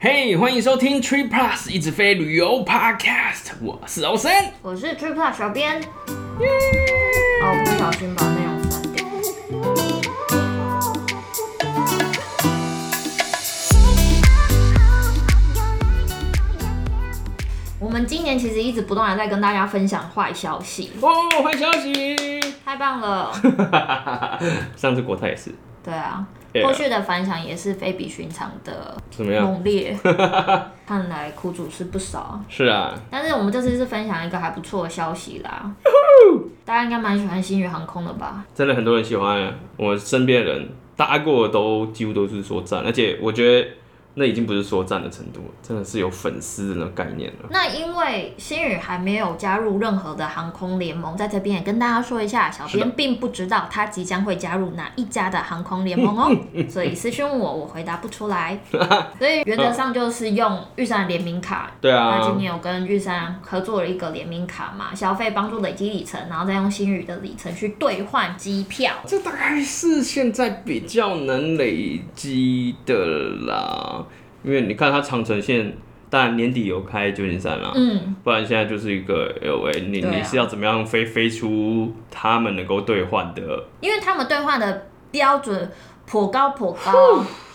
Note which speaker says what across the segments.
Speaker 1: 嘿欢迎收听 Tree Plus 一直飞旅游 Podcast，我是欧森。
Speaker 2: 我是 Triple 小编。哦，不小心把内容删掉。我们今年其实一直不断的在跟大家分享坏消息，
Speaker 1: 哦，坏消息！
Speaker 2: 太棒了！
Speaker 1: 上次国泰也是
Speaker 2: 对啊
Speaker 1: Yeah，
Speaker 2: 后续的反响也是非比寻常的
Speaker 1: 怎么样？
Speaker 2: 猛烈，看来苦主是不少啊。
Speaker 1: 是啊，
Speaker 2: 但是我们这次是分享一个还不错的消息啦，大家应该蛮喜欢星宇航空的吧？
Speaker 1: 真的很多人喜欢啊。我身边的人搭过的都几乎都是说赞，而且我觉得那已经不是说赞的程度，真的是有粉丝的那种概念了。
Speaker 2: 那因为星宇还没有加入任何的航空联盟，在这边也跟大家说一下，小
Speaker 1: 是的
Speaker 2: 编并不知道他即将会加入哪一家的航空联盟 哦，所以私讯我，我回答不出来。所以原则上就是用玉山联名卡。
Speaker 1: 对
Speaker 2: 那今
Speaker 1: 啊，
Speaker 2: 年有跟玉山合作了一个联名卡嘛，消费帮助累积里程，然后再用星宇的里程去兑换机票。
Speaker 1: 这大概是现在比较能累积的啦，因为你看它长城线，当然年底有开旧金山啦，
Speaker 2: 嗯，
Speaker 1: 不然现在就是一个 L A，你、
Speaker 2: 对啊
Speaker 1: 你是要怎么样飞飞出他们能够兑换的？
Speaker 2: 因为他们兑换的标准颇高颇 高。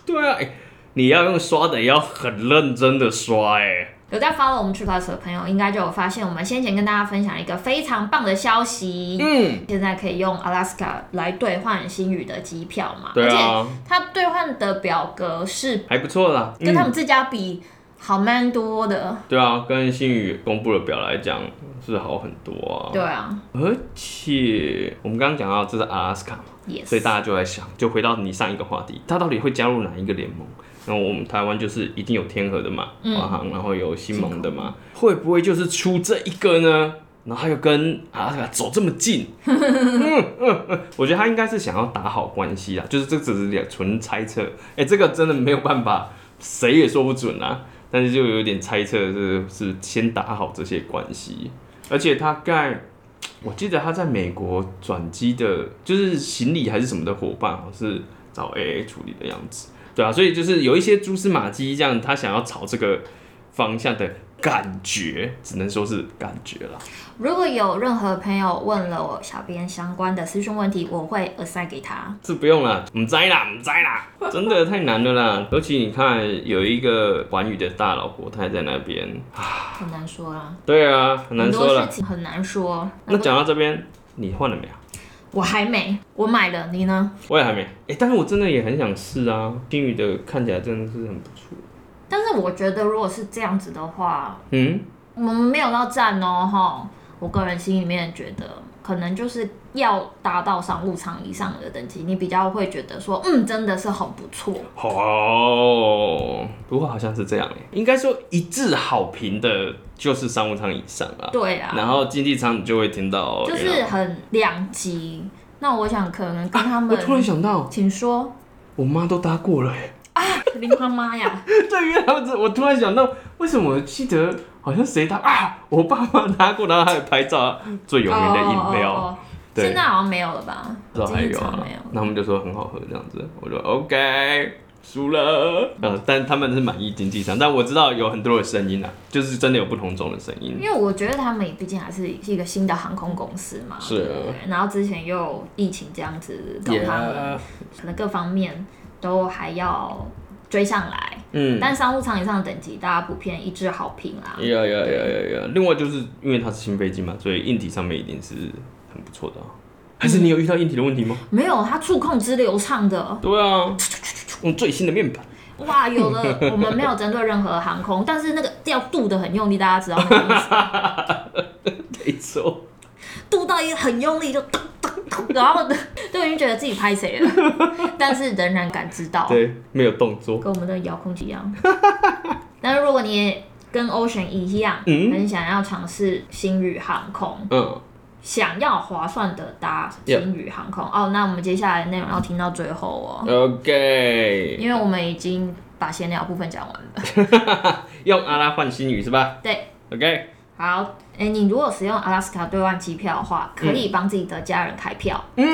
Speaker 1: 对啊，欸你要用刷的，也要很认真的刷、欸，
Speaker 2: 有在 follow 我们 TripPlus 的朋友，应该就有发现，我们先前跟大家分享一个非常棒的消息，
Speaker 1: 嗯，
Speaker 2: 现在可以用 Alaska 来兑换星宇的机票嘛？
Speaker 1: 对
Speaker 2: 而且
Speaker 1: 啊，
Speaker 2: 它兑换的表格是
Speaker 1: 还不错啦，
Speaker 2: 跟
Speaker 1: 嗯，
Speaker 2: 他们自家比好蛮多的，
Speaker 1: 对啊，跟新宇公布的表来讲是好很多啊，
Speaker 2: 对啊，
Speaker 1: 而且我们刚刚讲到这是阿拉斯卡嘛，
Speaker 2: 也
Speaker 1: 所以
Speaker 2: 是。
Speaker 1: 大家就在想，就回到你上一个话题，他到底会加入哪一个联盟？然后我们台湾就是一定有天河的嘛，华航，然后有嗯新盟的嘛，会不会就是出这一个呢？然后他又跟阿拉斯卡走这么 近，嗯嗯嗯，我觉得他应该是想要打好关系啊，就是这只是两纯猜测，哎、这个真的没有办法，谁也说不准啊。但是就有点猜测是是先打好这些关系，而且他盖我记得他在美国转机的，就是行李还是什么的伙伴，好像是找 AA 处理的样子，对啊，所以就是有一些蛛丝马迹，这样他想要朝这个方向的感觉，只能说是感觉啦。
Speaker 2: 如果有任何朋友问了我小编相关的私讯问题，我会 assign 给他。
Speaker 1: 这不用啦，唔知啦，唔知啦，真的太难了啦。尤其你看有一个环宇的大佬国泰在那边，
Speaker 2: 很难说啊，
Speaker 1: 对啊，很难
Speaker 2: 很
Speaker 1: 说
Speaker 2: 多事
Speaker 1: 了。
Speaker 2: 情很难说。
Speaker 1: 那讲到这边，你换了没有？
Speaker 2: 我还没，我买了，你呢？
Speaker 1: 我也还没，哎、但是我真的也很想试啊。金鱼的看起来真的是很不错，
Speaker 2: 但是我觉得，如果是这样子的话，
Speaker 1: 嗯。
Speaker 2: 我们没有到站哦，哈。我个人心里面觉得，可能就是要达到商务舱以上的等级，你比较会觉得说，嗯，真的是很不错。
Speaker 1: 哦，不过好像是这样诶，应该说一致好评的就是商务舱以上啊，
Speaker 2: 对啊，
Speaker 1: 然后经济舱你就会听到，
Speaker 2: 就
Speaker 1: 哎
Speaker 2: 是
Speaker 1: 呀
Speaker 2: 很两极。那我想可能跟他
Speaker 1: 我
Speaker 2: 们，
Speaker 1: 突然想到，
Speaker 2: 请说，
Speaker 1: 我妈都搭过了 诶，
Speaker 2: 林妈妈呀，
Speaker 1: 对，原来我只我突然想到，为什么我记得好像谁搭啊？我爸妈搭过，然后还有拍照啊最有名的饮料，
Speaker 2: 哦哦哦哦
Speaker 1: 对
Speaker 2: 现在好像没有了吧？
Speaker 1: 不知道还
Speaker 2: 经济
Speaker 1: 有
Speaker 2: 舱
Speaker 1: 啊
Speaker 2: 没有。，
Speaker 1: 那他们就说很好喝这样子，我就 OK 输了，嗯，但他们是满意经济舱，但我知道有很多的声音啊，就是真的有不同种的声音
Speaker 2: 因。为我觉得他们也毕竟还是一个新的航空公司嘛，
Speaker 1: 是啊
Speaker 2: 对不对然后之前又有疫情这样子搞他们可能各方面都还要追上来。
Speaker 1: 嗯，
Speaker 2: 但商务舱以上的等级，大家普遍一致好评啦。
Speaker 1: 呀呀呀呀呀！另外就是因为它是新飞机嘛，所以硬体上面一定是很不错的、啊。还是你有遇到硬体的问题吗？
Speaker 2: 没有，它触控之流畅的，
Speaker 1: 对啊，用最新的面板。
Speaker 2: 哇，有的我们没有针对任何航空，但是那个要渡的很用力，大家知道那个意思，
Speaker 1: 没错，
Speaker 2: 渡到一个很用力就咚咚咚，然后都已经觉得自己 拍谁了，但是仍然感知到。
Speaker 1: 对，没有动作。
Speaker 2: 跟我们的遥控器一样。但如果你也跟 Ocean 一样，
Speaker 1: 嗯
Speaker 2: 很想要尝试星宇航空，
Speaker 1: 嗯，
Speaker 2: 想要划算的搭
Speaker 1: Yeah
Speaker 2: 星宇航空哦，那我们接下来的内容要听到最后哦，
Speaker 1: OK，
Speaker 2: 因为我们已经把闲聊部分讲完了。
Speaker 1: 用阿拉换新语是吧
Speaker 2: 对，
Speaker 1: ？OK，
Speaker 2: 好，哎，你如果使用 Alaska 兑换机票的话，可以帮自己的家人开票。
Speaker 1: 嗯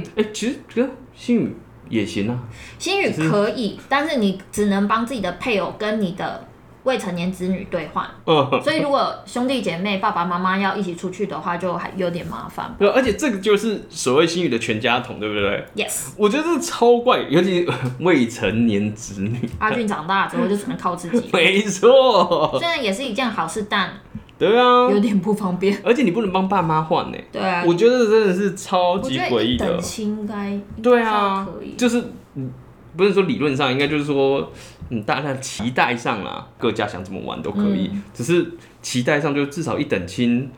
Speaker 1: 嗯，哎、其实这个新语也行啊，
Speaker 2: 星宇可以，但是你只能帮自己的配偶跟你的未成年子女兑换。
Speaker 1: 嗯，
Speaker 2: 所以如果兄弟姐妹、爸爸妈妈要一起出去的话，就还有点麻烦。
Speaker 1: 对，啊而且这个就是所谓新宇的全家桶，对不对？
Speaker 2: Yes，
Speaker 1: 我觉得这超怪，尤其未成年子女，，
Speaker 2: 阿俊长大之后就只能靠自己
Speaker 1: 没错，
Speaker 2: 虽然也是一件好事，但
Speaker 1: 对啊，
Speaker 2: 有点不方 便。
Speaker 1: 而且你不能帮爸妈换呢，
Speaker 2: 对啊，
Speaker 1: 我觉得真的是超
Speaker 2: 我
Speaker 1: 级
Speaker 2: 觉
Speaker 1: 诡
Speaker 2: 得
Speaker 1: 异
Speaker 2: 一
Speaker 1: 的
Speaker 2: 等，亲应该应该
Speaker 1: 对啊
Speaker 2: 可以，。
Speaker 1: 就是嗯不是说理论上，应该就是说，嗯，大家的期待上啦，各家想怎么玩都可以，
Speaker 2: 嗯
Speaker 1: 只是期待上就至少一等亲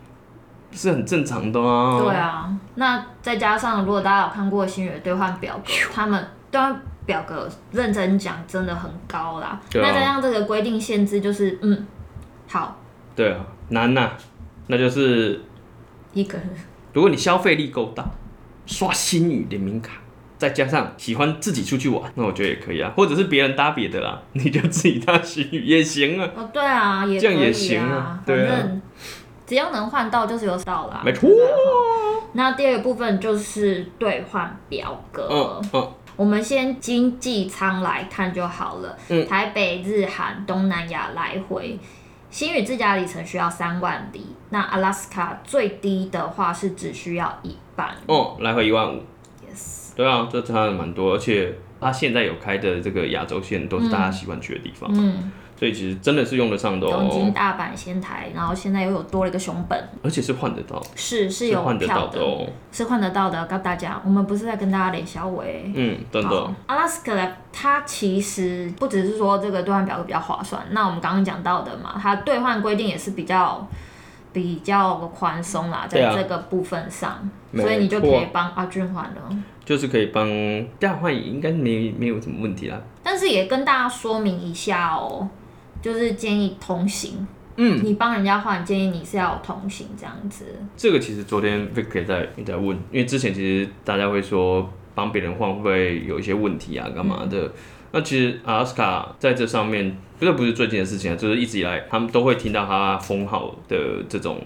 Speaker 1: 是很正常的啊，
Speaker 2: 对啊，那再加上如果大家有看过星宇的兑换表格，他们兑换表格认真讲真的很高啦。
Speaker 1: 对啊
Speaker 2: 那再加上这个规定限制，就是嗯，好
Speaker 1: 对啊，难呐、那就是
Speaker 2: 一个人
Speaker 1: 如果你消费力够大，刷新宇联名卡，再加上喜欢自己出去玩，那我觉得也可以啊，或者是别人搭别的啦，你就自己搭新宇也行啊，
Speaker 2: 哦，对啊，也
Speaker 1: 这样
Speaker 2: 可以
Speaker 1: 也行啊
Speaker 2: 啊，
Speaker 1: 对啊
Speaker 2: 反正只要能换到就是有到啦，
Speaker 1: 没错
Speaker 2: 对啊那第二个部分就是兑换表格。
Speaker 1: 嗯嗯，
Speaker 2: 我们先经济舱来看就好了。
Speaker 1: 嗯
Speaker 2: 台北、日韩、东南亚来回，星宇自驾里程需要三万里，那阿拉斯卡最低的话是只需要一半。
Speaker 1: 哦，来回一万五，
Speaker 2: Yes，
Speaker 1: 对啊，这差的蛮多，而且他现在有开的这个亚洲线都是大家喜欢去的地方，
Speaker 2: 嗯，
Speaker 1: 所以其实真的是用得上的
Speaker 2: 东京、
Speaker 1: 哦，
Speaker 2: 大阪、仙台，然后现在又有多了一个熊本，
Speaker 1: 而且是换得到的，
Speaker 2: 是
Speaker 1: 是
Speaker 2: 是有
Speaker 1: 换得
Speaker 2: 票
Speaker 1: 到的哦，
Speaker 2: 是换得到的。告诉大家，我们不是在跟大家脸小尾。
Speaker 1: 嗯，真
Speaker 2: 好
Speaker 1: 的，
Speaker 2: Alaska 它其实不只是说这个兑换表格比较划算，那我们刚刚讲到的嘛，它兑换规定也是比较比较宽松啦，在
Speaker 1: 对啊
Speaker 2: 这个部分上，
Speaker 1: 没
Speaker 2: 所以你就可
Speaker 1: 错
Speaker 2: 以帮阿俊换了。
Speaker 1: 就是可以帮大换，应该没没有什么问题啦，
Speaker 2: 但是也跟大家说明一下哦，就是建议同行，
Speaker 1: 嗯，
Speaker 2: 你帮人家换，建议你是要同行这样子，
Speaker 1: 这个其实昨天 Vic 也在也在问，因为之前其实大家会说帮别人换会不会有一些问题啊，干嘛的？那其实阿拉斯卡在这上面，这不是最近的事情啊，就是一直以来他们都会听到他封号的这种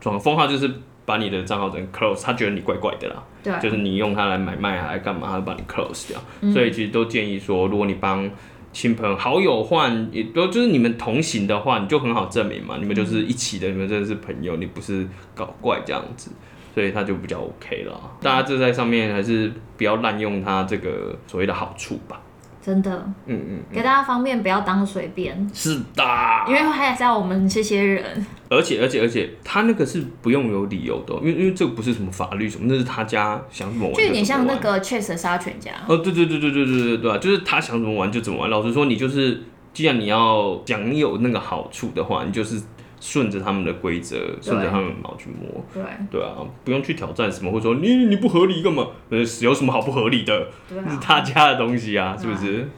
Speaker 1: 状况，封号就是把你的账号整个 close，他觉得你怪怪的啦。
Speaker 2: 对啊，嗯
Speaker 1: 就是你用它来买卖啊，来干嘛，它会把你 close 掉。所以其实都建议说，如果你帮亲朋好友换，也都就是你们同行的话，你就很好证明嘛，你们就是一起的，你们真的是朋友，你不是搞怪这样子。所以他就比较 OK
Speaker 2: 嗯
Speaker 1: 了啊，大家这在上面还是不要滥用它这个所谓的好处吧。
Speaker 2: 真的
Speaker 1: 嗯嗯，
Speaker 2: 给大家方便，不要当随便，
Speaker 1: 是
Speaker 2: 因
Speaker 1: 的，
Speaker 2: 为还是要我们这些人，
Speaker 1: 而且而且而且，他那个是不用有理由的哦，因为因为这个不是什么法律什么，那是他家想怎么玩
Speaker 2: 就有点
Speaker 1: 怎么
Speaker 2: 像那
Speaker 1: 玩
Speaker 2: 个 Chase 杀全家。
Speaker 1: 哦，对对对对对对对对啊，就是他想怎么玩就怎么玩。老实说，你就是既然你要享有那个好处的话，你就是顺着他们的规则，顺着他们的毛去摸。
Speaker 2: 对
Speaker 1: 对啊，不用去挑战什么，或者说你你不合理干嘛？呃，有什么好不合理的？
Speaker 2: 对
Speaker 1: 是
Speaker 2: 啊，
Speaker 1: 他家的东西啊，是不是？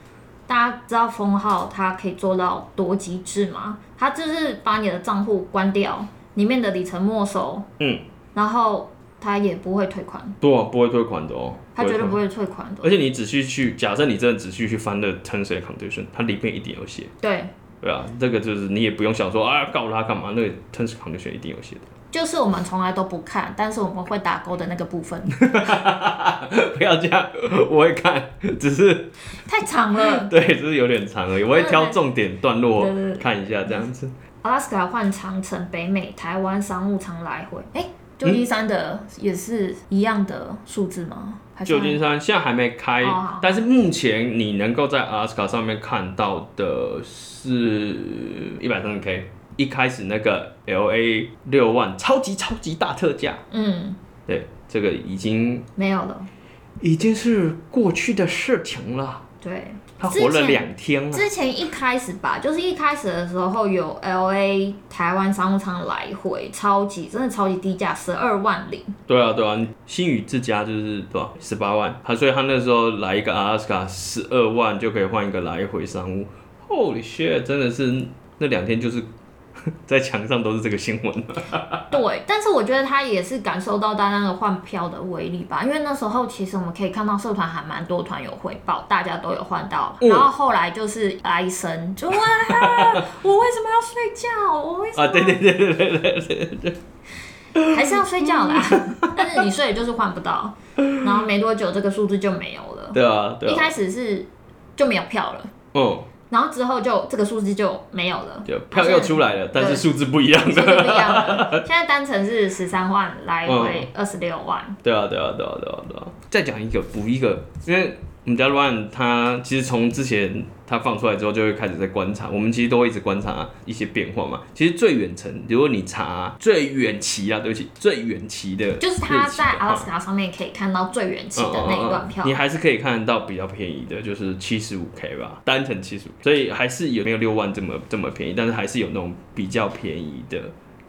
Speaker 2: 大家知道封号它可以做到多极致吗？它就是把你的账户关掉，里面的里程没收，
Speaker 1: 嗯，
Speaker 2: 然后它也不会退款，
Speaker 1: 对啊，不会退款的哦。
Speaker 2: 它绝对不
Speaker 1: 会退款。哦
Speaker 2: 会退款的。
Speaker 1: 而且你仔细去，假设你真的仔细去翻的 terms and condition，它里面一定有写。
Speaker 2: 对，
Speaker 1: 对啊，这个就是你也不用想说啊告他干嘛，那个 terms and condition 一定有写的。
Speaker 2: 就是我们从来都不看，但是我们会打勾的那个 部分
Speaker 1: 不要这样，我会看，只是
Speaker 2: 太长了。
Speaker 1: 对，只是有点长而已。我会挑重点段落
Speaker 2: 对对对
Speaker 1: 看一下，这样子。
Speaker 2: Alaska 换长城、北美、台湾商务舱来回，哎、旧金山的也是一样的数字吗？还是
Speaker 1: 旧金山现在还没开
Speaker 2: 哦好，
Speaker 1: 但是目前你能够在 Alaska 上面看到的是一百三十 K。一开始那个 LA 六万超级超级大特价，
Speaker 2: 嗯，
Speaker 1: 对，这个已经
Speaker 2: 没有了。
Speaker 1: 已经是过去的事情了。
Speaker 2: 对，
Speaker 1: 他活
Speaker 2: 之
Speaker 1: 了
Speaker 2: 前
Speaker 1: 两天了，
Speaker 2: 之前一开始吧，就是一开始的时候有 L A 台湾商务舱来回，超级真的超级低价，十二万零。
Speaker 1: 对啊对啊，新宇自家就是多少十八万，他所以他那时候来一个 Alaska 十二万就可以换一个来回商务，Holy shit，真的是那两天就是在墙上都是这个新闻，
Speaker 2: 对，但是我觉得他也是感受到大家的换票的威力吧，因为那时候其实我们可以看到社团还蛮多团有回报，大家都有换到，
Speaker 1: 嗯
Speaker 2: 然后后来就是 哀声，就哇，我为什么要睡觉？我为什么、
Speaker 1: 啊，对对对对对对，
Speaker 2: 还是要睡觉啦？但是你睡了就是换不到，然后没多久这个数字就没有了。了。
Speaker 1: 对啊，对
Speaker 2: 一
Speaker 1: 啊，
Speaker 2: 开始是就没有票了，
Speaker 1: 嗯，
Speaker 2: 然后之后就这个数字就没有 了，
Speaker 1: 就票又出来了，但是数字不一样
Speaker 2: 数字不一
Speaker 1: 的。
Speaker 2: 样了。现在单程是十三万，来回
Speaker 1: 嗯
Speaker 2: 二十六万。
Speaker 1: 对啊，对啊，对啊，对啊，对啊。再讲一个，补一个，因为我们家 Ryan 他其实从之前他放出来之后，就会开始在观察，我们其实都会一直观察一些变化嘛。其实最远程，如果你查最远期啊，对不起，最远期的日期的话，
Speaker 2: 就是他在阿拉斯加上面可以看到最远期的那一段
Speaker 1: 嗯嗯嗯
Speaker 2: 票
Speaker 1: 嗯，你还是可以看到比较便宜的，就是七十五 K 吧，单程七十五，所以还是有没有六万这么这么便宜，但是还是有那种比较便宜的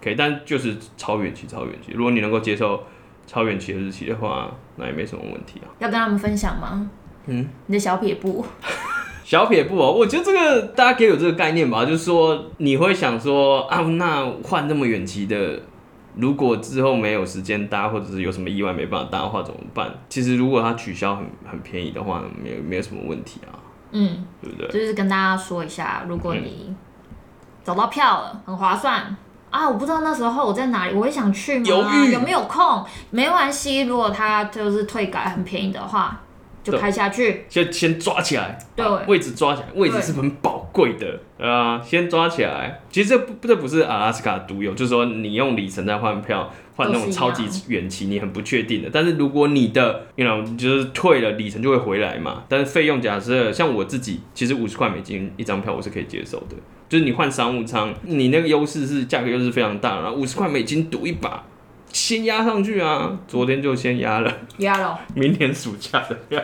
Speaker 1: K，但就是超远期超远期，如果你能够接受超远期的日期的话，那也没什么问题啊。
Speaker 2: 要跟他们分享吗？
Speaker 1: 嗯，
Speaker 2: 你的小撇步，
Speaker 1: 小撇步哦，我觉得这个大家给我这个概念吧，就是说你会想说啊，那换那么远期的，如果之后没有时间搭，或者是有什么意外没办法搭的话怎么办？其实如果它取消很很便宜的话，没有没有什么问题啊，
Speaker 2: 嗯，
Speaker 1: 对不对？
Speaker 2: 就是跟大家说一下，如果你找到票了，很划算。啊，我不知道那时候我在哪里，我会想去吗？
Speaker 1: 犹豫
Speaker 2: 有没有空？没关系，如果他就是退改很便宜的话，就
Speaker 1: 对
Speaker 2: 开下去。
Speaker 1: 先先抓起来，
Speaker 2: 对
Speaker 1: 把位置抓起来，位置是很宝贵的，对啊，先抓起来。其实这不这不是阿拉斯卡独有，就是说你用里程在换票，换那
Speaker 2: 都
Speaker 1: 种
Speaker 2: 是一样
Speaker 1: 超级远期，你很不确定的。但是如果你的，you know，就是退了里程就会回来嘛。但是费用假设像我自己，其实五十块美金一张票我是可以接受的，就是你换商务舱，你那个优势是价格优势非常大，然后五十块美金赌一把。先压上去啊！昨天就先压了，
Speaker 2: 压了，
Speaker 1: 明年暑假的票，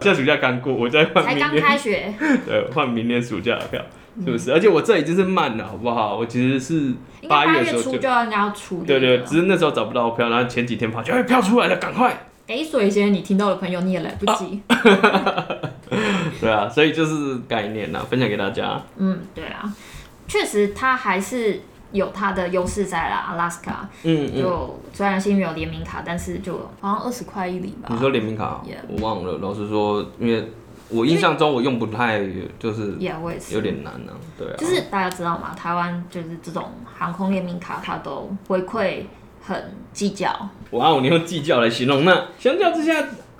Speaker 1: 现在暑假刚过，我再换
Speaker 2: 才
Speaker 1: 明
Speaker 2: 刚嗯
Speaker 1: 年
Speaker 2: 开学，
Speaker 1: 对，换明年暑假的票，是不是？而且我这已经是慢了，好不好？我其实是
Speaker 2: 应该
Speaker 1: 八
Speaker 2: 八
Speaker 1: 月的
Speaker 2: 月
Speaker 1: 时候
Speaker 2: 初
Speaker 1: 就
Speaker 2: 就，应该要处理
Speaker 1: 对对，
Speaker 2: 了。
Speaker 1: 只是那时候找不到票，然后前几天发现，哎，票出来了，赶 快！
Speaker 2: 哎、所以现在你听到的朋友，你也来不及。
Speaker 1: 对啊，所以就是概念呐，分享给大家。
Speaker 2: 嗯，对啊，确实它还是有它的优势在啦。阿拉斯加
Speaker 1: 嗯嗯，
Speaker 2: 就虽然新没有联名卡，但是就好像二十块一里吧。
Speaker 1: 嗯你说联名卡
Speaker 2: Yeah，
Speaker 1: 我忘了，老实说，因为我印象中我用不太，就是
Speaker 2: 也我也是
Speaker 1: 有。点难呢。对啊，
Speaker 2: 就是大家知道吗？台湾就是这种航空联名卡，它都回馈很计较。
Speaker 1: 哇哦，你用计较来形容，那相较之下，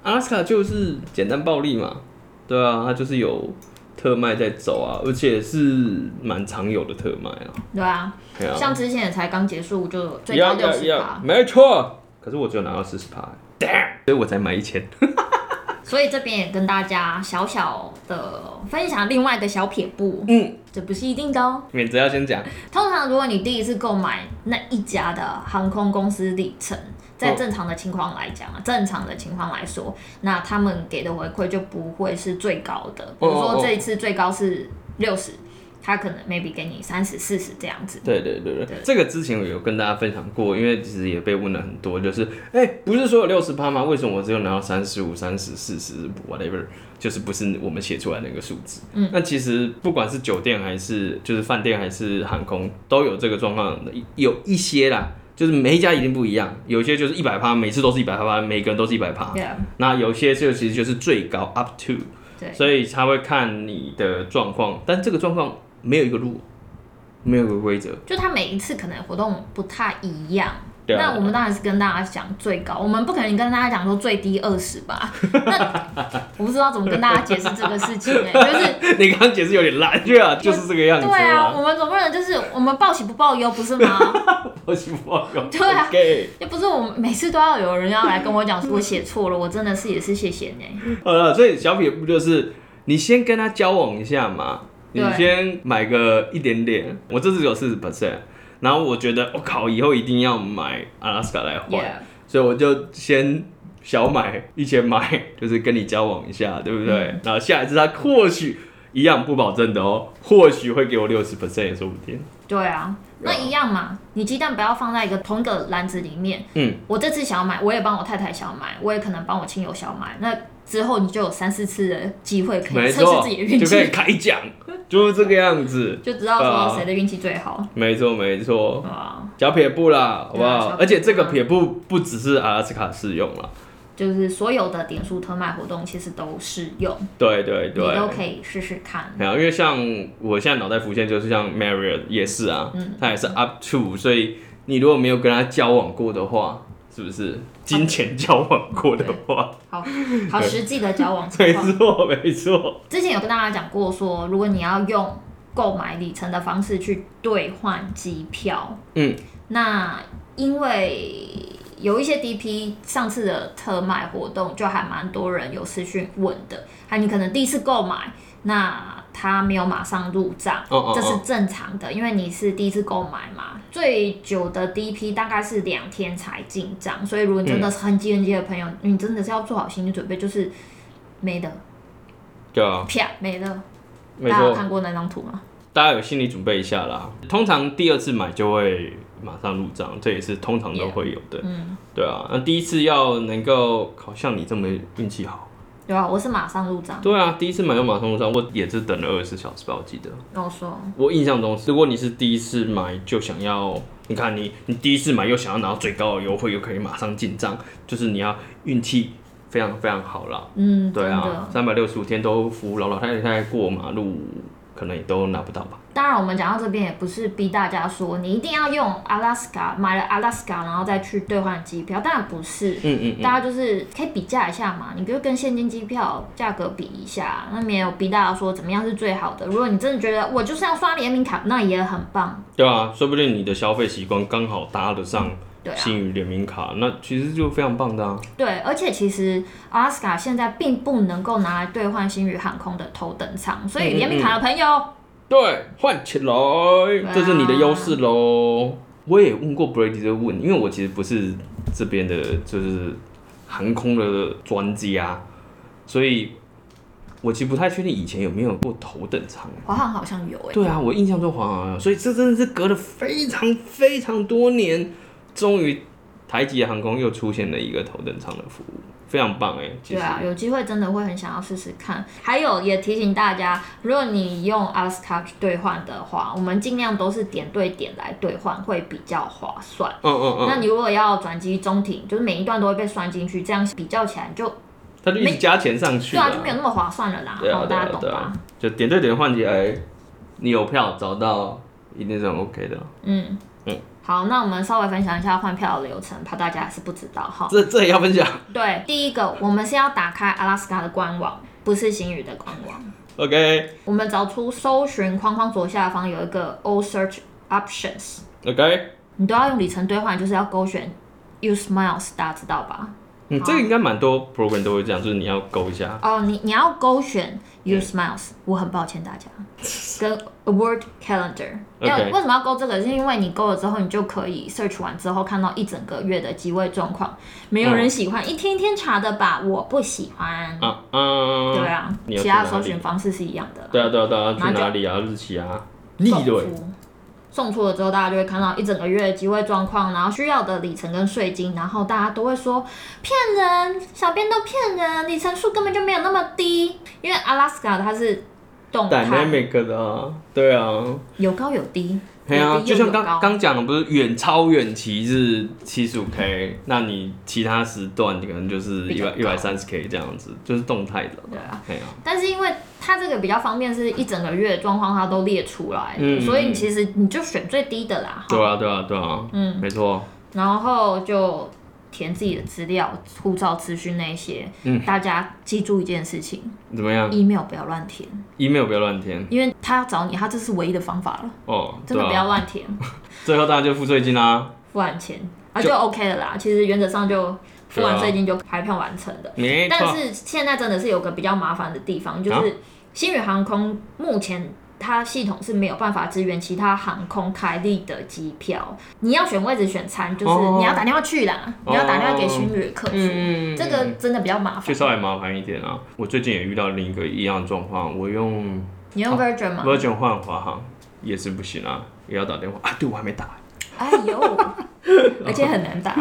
Speaker 1: 阿拉斯卡就是简单暴力嘛，对啊，它就是有特卖在走啊，而且是蛮常有的特卖啊。
Speaker 2: 对啊，
Speaker 1: 对啊，
Speaker 2: 像之前也才刚结束，就最高
Speaker 1: 要
Speaker 2: 六
Speaker 1: 要
Speaker 2: 十
Speaker 1: 要，
Speaker 2: 卡，
Speaker 1: 没错。可是我只有拿到四十趴，damn，所以我才买一千。
Speaker 2: 所以这边也跟大家小小的分享另外一个小撇步，
Speaker 1: 嗯，
Speaker 2: 这不是一定的哦。
Speaker 1: 免责要先讲，
Speaker 2: 通常如果你第一次购买那一家的航空公司里程，在
Speaker 1: 嗯
Speaker 2: 正常的情况来讲啊，正常的情况来说，那他们给的回馈就不会是最高的。比如
Speaker 1: 哦哦哦
Speaker 2: 说这一次最高是六十，他可能 maybe 给你三十、四十这样子。
Speaker 1: 对对对对
Speaker 2: 对，
Speaker 1: 这个之前我有跟大家分享过，因为其实也被问了很多，就是哎、不是说有六十趴吗？为什么我只有拿到三十五、三十、四十，whatever，就是不是我们写出来那个数字？嗯，那其实不管是酒店还是就是饭店还是航空，都有这个状况，有一些啦。就是每一家一定不一样，有些就是一百趴，每次都是一百趴，每个人都是一百趴。
Speaker 2: 对啊，
Speaker 1: 那有些就其实就是最高 up to，
Speaker 2: 对，
Speaker 1: 所以他会看你的状况，但这个状况没有一个路，没有一个规则。
Speaker 2: 就他每一次可能活动不太一样。
Speaker 1: 对啊
Speaker 2: 那我们当然是跟大家讲最高，我们不可能跟大家讲说最低二十 吧？那我不知道怎么跟大家解释这个事情 哎、就 是
Speaker 1: 你刚刚解释有点烂，对啊，就是这个样子
Speaker 2: 对啊，
Speaker 1: 嘛。
Speaker 2: 我们总不能就是我们报喜不报忧，不是吗？
Speaker 1: 我喜欢有
Speaker 2: 对啊
Speaker 1: OK，
Speaker 2: 又不是我们每次都要有人要来跟我讲说我写错了，我真的是也是谢谢呢。
Speaker 1: 好了，所以小撇步就是你先跟他交往一下嘛，你
Speaker 2: 对
Speaker 1: 先买个一点点，我这次有四十 percent，然后我觉得我、靠，以后一定要买阿拉斯加来换。所以我就先小买一千买， 就是跟你交往一下，对不对？
Speaker 2: 嗯
Speaker 1: 然后下一次他或许一样不保证的哦，或许会给我六十 percent 也说不定。
Speaker 2: 对啊，那一样嘛，你鸡蛋不要放在一个同一个篮子里面。
Speaker 1: 嗯，
Speaker 2: 我这次想买，我也帮我太太想买，我也可能帮我亲友想买。那之后你就有三四次的机会可
Speaker 1: 没
Speaker 2: 以测试
Speaker 1: 错
Speaker 2: 自己的运
Speaker 1: 就可以
Speaker 2: 气，
Speaker 1: 开奖，就是这个样子。
Speaker 2: 就知道说谁的运气最好。
Speaker 1: 没错，没错，
Speaker 2: 对啊，
Speaker 1: 小撇步啦，好不
Speaker 2: 对啊
Speaker 1: 好？
Speaker 2: 小撇步
Speaker 1: 而且这个撇步不只是阿拉斯卡适用啦，
Speaker 2: 就是所有的点数特卖活动其实都适用，
Speaker 1: 对对
Speaker 2: 你
Speaker 1: 对，
Speaker 2: 都可以试试 看。
Speaker 1: 没有，因为像我现在脑袋浮现就是像
Speaker 2: 嗯
Speaker 1: Marriott 也是啊，他也是 up to，所以你如果没有跟他交往过的话，是不是？金钱交往过的话，
Speaker 2: 好好实际的交往情
Speaker 1: 没
Speaker 2: 况。
Speaker 1: 错没错，
Speaker 2: 之前有跟大家讲过说如果你要用购买里程的方式去兑换机票，
Speaker 1: 嗯，
Speaker 2: 那因为有一些 DP 上次的特卖活动，就还蛮多人有私讯问的，啊，你可能第一次购买，那他没有马上入账，
Speaker 1: 哦哦哦
Speaker 2: 这是正常的，因为你是第一次购买嘛。最久的 DP 大概是两天才进账，所以如果你真的是很急很急的朋友，你真的是要做好心理准备，就是没的，
Speaker 1: 对啊，
Speaker 2: 啪没了。
Speaker 1: 没
Speaker 2: 大家有
Speaker 1: 错，
Speaker 2: 看过那张图吗？
Speaker 1: 大家有心理准备一下啦。通常第二次买就会马上入账，这也是通常都会有的。
Speaker 2: 嗯，
Speaker 1: 对啊，那第一次要能够好像你这么运气好，
Speaker 2: 对啊，我是马上入账。
Speaker 1: 对啊，第一次买就马上入账，我也是等了二十四小时吧，我记得。
Speaker 2: 然后说，
Speaker 1: 我印象中，如果你是第一次买就想要，你看你你第一次买又想要拿到最高的优惠，又可以马上进账，就是你要运气非常非常好啦。
Speaker 2: 嗯，
Speaker 1: 对
Speaker 2: 真
Speaker 1: 啊
Speaker 2: 的，。
Speaker 1: 三百六十五天都扶老老太太过马路，可能也都拿不到吧。
Speaker 2: 当然，我们讲到这边也不是逼大家说你一定要用 Alaska 买了 Alaska 然后再去兑换机票，当然 不是。
Speaker 1: 嗯嗯嗯，
Speaker 2: 大家就是可以比价一下嘛，你就跟现金机票价格比一下，那没有逼大家说怎么样是最好的。如果你真的觉得我就是要刷联名卡，那也很棒，
Speaker 1: 对啊，说不定你的消费习惯刚好搭得上
Speaker 2: 对啊。
Speaker 1: 星宇联名卡，那其实就非常棒的啊。
Speaker 2: 对，而且其实 Alaska 现在并不能够拿来兑换星宇航空的头等舱，所
Speaker 1: 嗯
Speaker 2: 以联名卡的朋友，
Speaker 1: 对，换起来，
Speaker 2: 啊
Speaker 1: 这是你的优势喽。我也问过 Brady 这个问题，因为我其实不是这边的，就是航空的专家，所以我其实不太确定以前有没有过头等舱。
Speaker 2: 华航好像有哎、
Speaker 1: 对啊，我印象中好像有，所以这真的是隔了非常非常多年，终于台籍航空又出现了一个头等舱的服务，非常棒哎、其
Speaker 2: 对
Speaker 1: 实
Speaker 2: 啊，有机会真的会很想要试试看。还有也提醒大家，如果你用 Alaska 去兑换的话，我们尽量都是点对点来兑换，会比较划算。
Speaker 1: 嗯嗯
Speaker 2: 那
Speaker 1: 嗯，
Speaker 2: 你如果要转机中停，就是每一段都会被算进去，这样比较起来就
Speaker 1: 他就一直加钱上去
Speaker 2: 对
Speaker 1: 了、
Speaker 2: 啊，就没有那么划算了啦。
Speaker 1: 对啊
Speaker 2: 哦，
Speaker 1: 对
Speaker 2: 大
Speaker 1: 啊
Speaker 2: 家懂
Speaker 1: 对
Speaker 2: 吧
Speaker 1: 啊？就点对点换起来，你有票找到一定是很 OK 的。
Speaker 2: 嗯
Speaker 1: 嗯
Speaker 2: 好，那我们稍微分享一下换票的流程，怕大家还是不知道哈。
Speaker 1: 这这也要分享
Speaker 2: 对，第一个我们是要打开 Alaska 的官网，不是星宇的官网。
Speaker 1: ，OK
Speaker 2: 我们找出搜寻框框左下方有一个 All Search Options，
Speaker 1: OK，
Speaker 2: 你都要用里程兑换，就是要勾选 Use Miles，大家知道吧？
Speaker 1: 嗯，这个应该蛮多 program 都会这样，就是你要勾一下。
Speaker 2: 哦，你你要勾选 Use Miles，、我很抱歉大家，跟 Award Calendar，要
Speaker 1: OK
Speaker 2: 为什么要勾这个？是因为你勾了之后，你就可以 search 完之后看到一整个月的机位状况，没有人喜欢，一天一天查的吧，我不喜欢。
Speaker 1: 啊嗯嗯，
Speaker 2: 对啊，
Speaker 1: 你要
Speaker 2: 其他
Speaker 1: 去哪
Speaker 2: 搜
Speaker 1: 里
Speaker 2: 寻方式是一样的啦。
Speaker 1: 对啊对啊对啊，
Speaker 2: 然后
Speaker 1: 去
Speaker 2: 就
Speaker 1: 哪里啊？日期啊？利
Speaker 2: 送
Speaker 1: 润
Speaker 2: 出，送出了之后，大家就会看到一整个月的机会状况，然后需要的里程跟税金，然后大家都会说骗人，小编都骗人，里程数根本就没有那么低，因为 Alaska 它是动态，
Speaker 1: dynamic 的啊，对啊。
Speaker 2: 有高有低，
Speaker 1: 对啊
Speaker 2: 有，低
Speaker 1: 就
Speaker 2: 又
Speaker 1: 像
Speaker 2: 有
Speaker 1: 刚
Speaker 2: 高。
Speaker 1: 刚讲的，不是远超远期是七十五 K，那你其他时段可能就是
Speaker 2: 比
Speaker 1: 一
Speaker 2: 较
Speaker 1: 百
Speaker 2: 高
Speaker 1: 一百三十 K 这样子，就是动态的。
Speaker 2: 对啊，
Speaker 1: 对啊，
Speaker 2: 但是因为它这个比较方便，是一整个月的状况它都列出来的，
Speaker 1: 嗯
Speaker 2: 所以你其实你就选最低的啦。
Speaker 1: 对
Speaker 2: 哈
Speaker 1: 啊，对啊，对啊，
Speaker 2: 嗯，
Speaker 1: 没错，
Speaker 2: 然后就填自己的资料、护照资讯那些。
Speaker 1: 嗯
Speaker 2: 大家记住一件事情，
Speaker 1: 怎么样
Speaker 2: email 不要乱填，
Speaker 1: ？email 不要乱填
Speaker 2: 因为他要找你，他这是唯一的方法了，
Speaker 1: 哦，
Speaker 2: 真的不
Speaker 1: 对啊。
Speaker 2: 要乱填，
Speaker 1: 最后当然就付税金啦。
Speaker 2: 付完钱啊
Speaker 1: 就
Speaker 2: 就 OK 了啦。其实原则上就付
Speaker 1: 对
Speaker 2: 完
Speaker 1: 啊
Speaker 2: 税金就排票完成的，
Speaker 1: 没
Speaker 2: 但
Speaker 1: 错，啊
Speaker 2: 是现在真的是有个比较麻烦的地方，就是星宇航空目前。它系统是没有办法支援其他航空开立的机票，你要选位置选餐，就是
Speaker 1: 哦
Speaker 2: 你要打电话去啦，你要打电话给
Speaker 1: 哦
Speaker 2: 星宇客服，
Speaker 1: 嗯
Speaker 2: 这个真的比较麻
Speaker 1: 就
Speaker 2: 烦。
Speaker 1: 稍微麻烦一点啊。我最近也遇到另一个一样的状况，我用
Speaker 2: 你用 Virgin 吗？
Speaker 1: 哦 Virgin 换华航也是不行啊，也要打电话啊。对，我还没打。
Speaker 2: 哎 呦，而且很难打。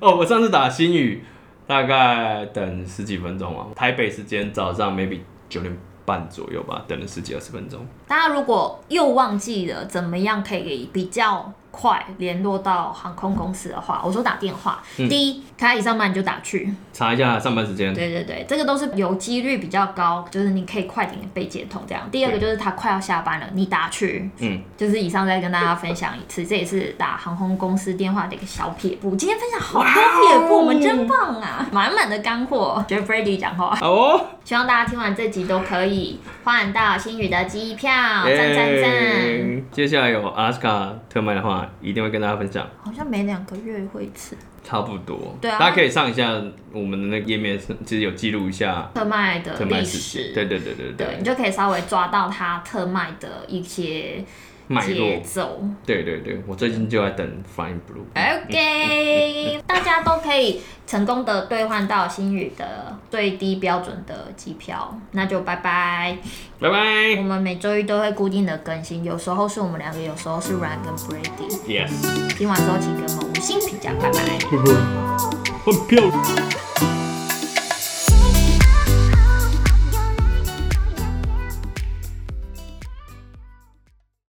Speaker 1: 哦，我上次打新宇，大概等十几分钟啊，台北时间早上 maybe 九点半左右吧，等了十几二十分钟。
Speaker 2: 大家如果又忘记了怎么样可以比较快联络到航空公司的话，我说打电话，
Speaker 1: 嗯
Speaker 2: 第一，他一上班你就打去，
Speaker 1: 查一下上班时间，
Speaker 2: 对对对，这个都是有几率比较高，就是你可以快点被接通这样。第二个就是他快要下班了，你打去，
Speaker 1: 嗯，
Speaker 2: 就是以上再跟大家分享一次，这也是打航空公司电话的一个小撇步。今天分享好多撇
Speaker 1: 哇哦
Speaker 2: 步，我们真棒啊，满满的干货，学 Brady 讲话。
Speaker 1: 好哦，
Speaker 2: 希望大家听完这集都可以换到新宇的机票，赞
Speaker 1: 耶
Speaker 2: 赞赞！
Speaker 1: 接下来有阿斯卡特卖的话，一定会跟大家分享，
Speaker 2: 好像每两个月会一次。
Speaker 1: 差不多，
Speaker 2: 对啊
Speaker 1: 大家可以上一下我们的那个页面，其实有记录一下
Speaker 2: 特卖的
Speaker 1: 特卖
Speaker 2: 历
Speaker 1: 时
Speaker 2: 史，
Speaker 1: 间，对对对对
Speaker 2: 对你就可以稍微抓到它特卖的一些
Speaker 1: 脉
Speaker 2: 节
Speaker 1: 络，
Speaker 2: 奏。
Speaker 1: 对对对，我最近就在等 Flying Blue，
Speaker 2: 哎 OK，大 家都可以成功的兑换到新宇的最低标准的机票，那就拜拜。
Speaker 1: 拜
Speaker 2: 我
Speaker 1: 拜
Speaker 2: 们每周一都会固定的更新，有时候是我们两个，有时候是 Ryan 跟 Brady。
Speaker 1: ，Yes，
Speaker 2: 听完之后请给我们五星评价，拜拜。
Speaker 1: 很漂亮。